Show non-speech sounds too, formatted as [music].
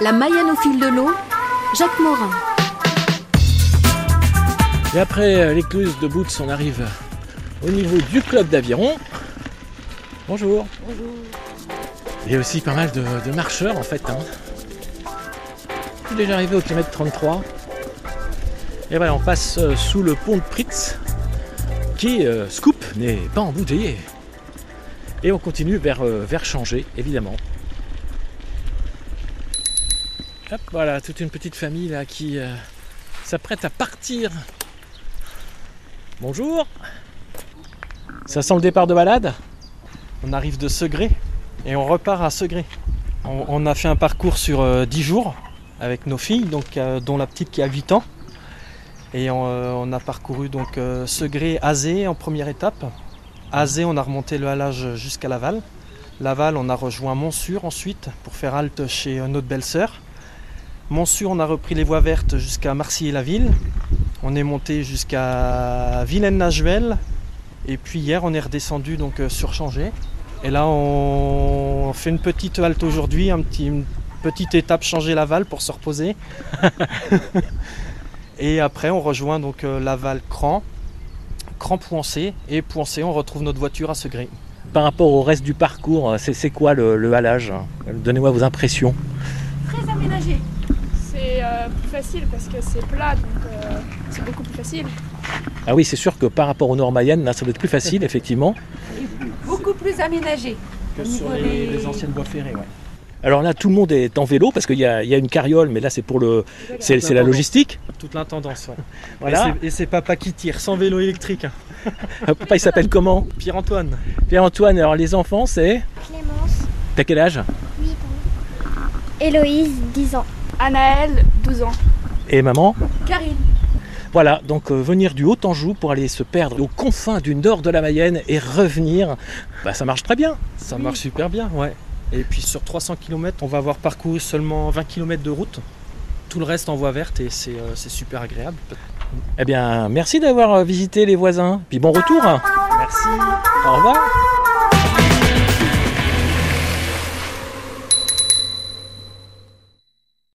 La Mayenne au fil de l'eau, Jacques Morin. Et après euh, l'écluse de Boots, on arrive au niveau du club d'aviron. Bonjour. Il y a aussi pas mal de, de marcheurs en fait. hein. Je suis déjà arrivé au kilomètre 33. Et voilà, on passe euh, sous le pont de Pritz, qui, euh, scoop, n'est pas embouteillé. Et on continue vers, euh, vers Changer, évidemment. Hop, voilà, toute une petite famille là qui euh, s'apprête à partir. Bonjour. Ça sent le départ de balade On arrive de Segré et on repart à Segré. On, on a fait un parcours sur euh, 10 jours avec nos filles, donc, euh, dont la petite qui a 8 ans. Et on, euh, on a parcouru donc euh, Segré, Azé en première étape. Azé, on a remonté le halage jusqu'à Laval. Laval, on a rejoint Montsûr ensuite pour faire halte chez euh, notre belle-sœur. Montsûr, on a repris les voies vertes jusqu'à Marcilly-la-Ville. On est monté jusqu'à Vilaine-la-Juelle. Et puis hier, on est redescendu donc euh, sur Changé. Et là, on fait une petite halte aujourd'hui, un petit- une petite étape changer Laval pour se [laughs] reposer. et après, on rejoint donc euh, Laval Cran, Cran Pouancé. Et Pouancé, on retrouve notre voiture à Segré. par rapport au reste du parcours, euh, c'est c'est quoi le, le halage Donnez-moi vos impressions. très aménagé. C'est euh, plus facile parce que c'est plat, donc euh, c'est beaucoup plus facile. Ah oui, c'est sûr que par rapport au Nord Mayenne, là, ça doit être plus [laughs] facile, effectivement. Beaucoup plus aménagé. Que sur les- les anciennes voies ferrées, ouais. Alors là, tout le monde est en vélo parce qu'il y, a il y a une carriole, mais là, c'est pour le, c'est c'est la logistique. Toute l'intendance, ouais. Voilà. Et c'est- Et c'est papa qui tire, sans vélo électrique. hein. Papa, il s'appelle comment Pierre-Antoine. Pierre-Antoine. Alors les enfants, c'est Clémence, T'as quel âge 8 ans. Héloïse, 10 ans. Anaël, 12 ans. Et maman Karine, Voilà, donc euh, venir du Haut-Anjou pour aller se perdre aux confins du nord de la Mayenne et revenir, bah, ça marche très bien. Ça marche super bien, ouais. Et puis sur 300 km, on va avoir parcouru seulement 20 km de route. Tout le reste en voie verte et c'est euh, c'est super agréable. Eh bien, merci d'avoir euh, visité les voisins. Puis bon retour. hein. Merci. Au revoir.